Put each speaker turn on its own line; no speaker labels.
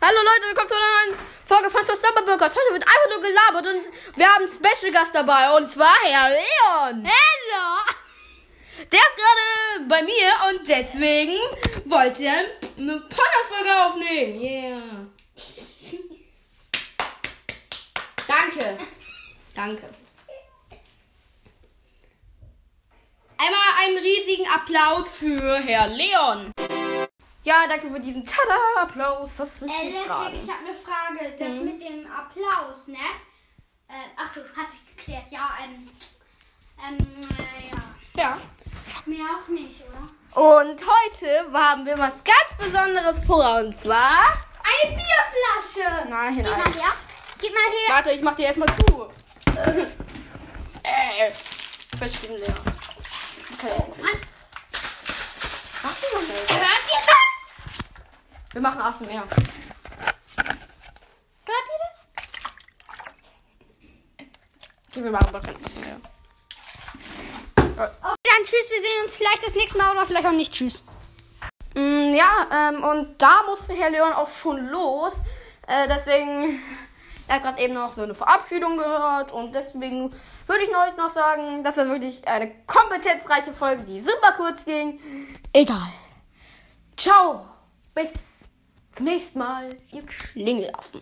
Hallo Leute, willkommen zu einer neuen Folge von Summer Burgers. Heute wird einfach nur gelabert und wir haben einen Special Gast dabei und zwar Herr Leon.
Hello!
Der ist gerade bei mir und deswegen wollte er eine Podcast-Folge aufnehmen. Yeah. Danke. Danke. Einmal einen riesigen Applaus für Herr Leon. Ja, danke für diesen Tada-Applaus. Was willst
Äh,
du
Ludwig,
fragen? Mhm.
ich habe eine Frage. Das mit dem Applaus, ne? Äh, achso, hat sich geklärt. Ja, ähm. Ähm, äh, ja.
Ja.
Mir auch nicht, oder?
Und heute haben wir was ganz Besonderes vor und zwar.
Eine Bierflasche!
Nein,
Gib
nein.
mal her. Gib mal her.
Warte, ich mach dir erstmal zu. Äh, verstehen Lehrer. Okay.
Mann,
Machst du noch nicht?
hört ihr das?
Wir machen ASMR.
Hört ihr das?
Okay, wir machen doch kein ASMR.
Okay, dann tschüss. Wir sehen uns vielleicht das nächste Mal oder vielleicht auch nicht. Tschüss.
Mm, ja, ähm, und da musste Herr Leon auch schon los. Äh, deswegen, er hat gerade eben noch so eine Verabschiedung gehört. Und deswegen würde ich euch noch sagen, das war wirklich eine kompetenzreiche Folge, die super kurz ging. Egal. Ciao. Bis zum nächsten Mal, ihr Schlingelaffen.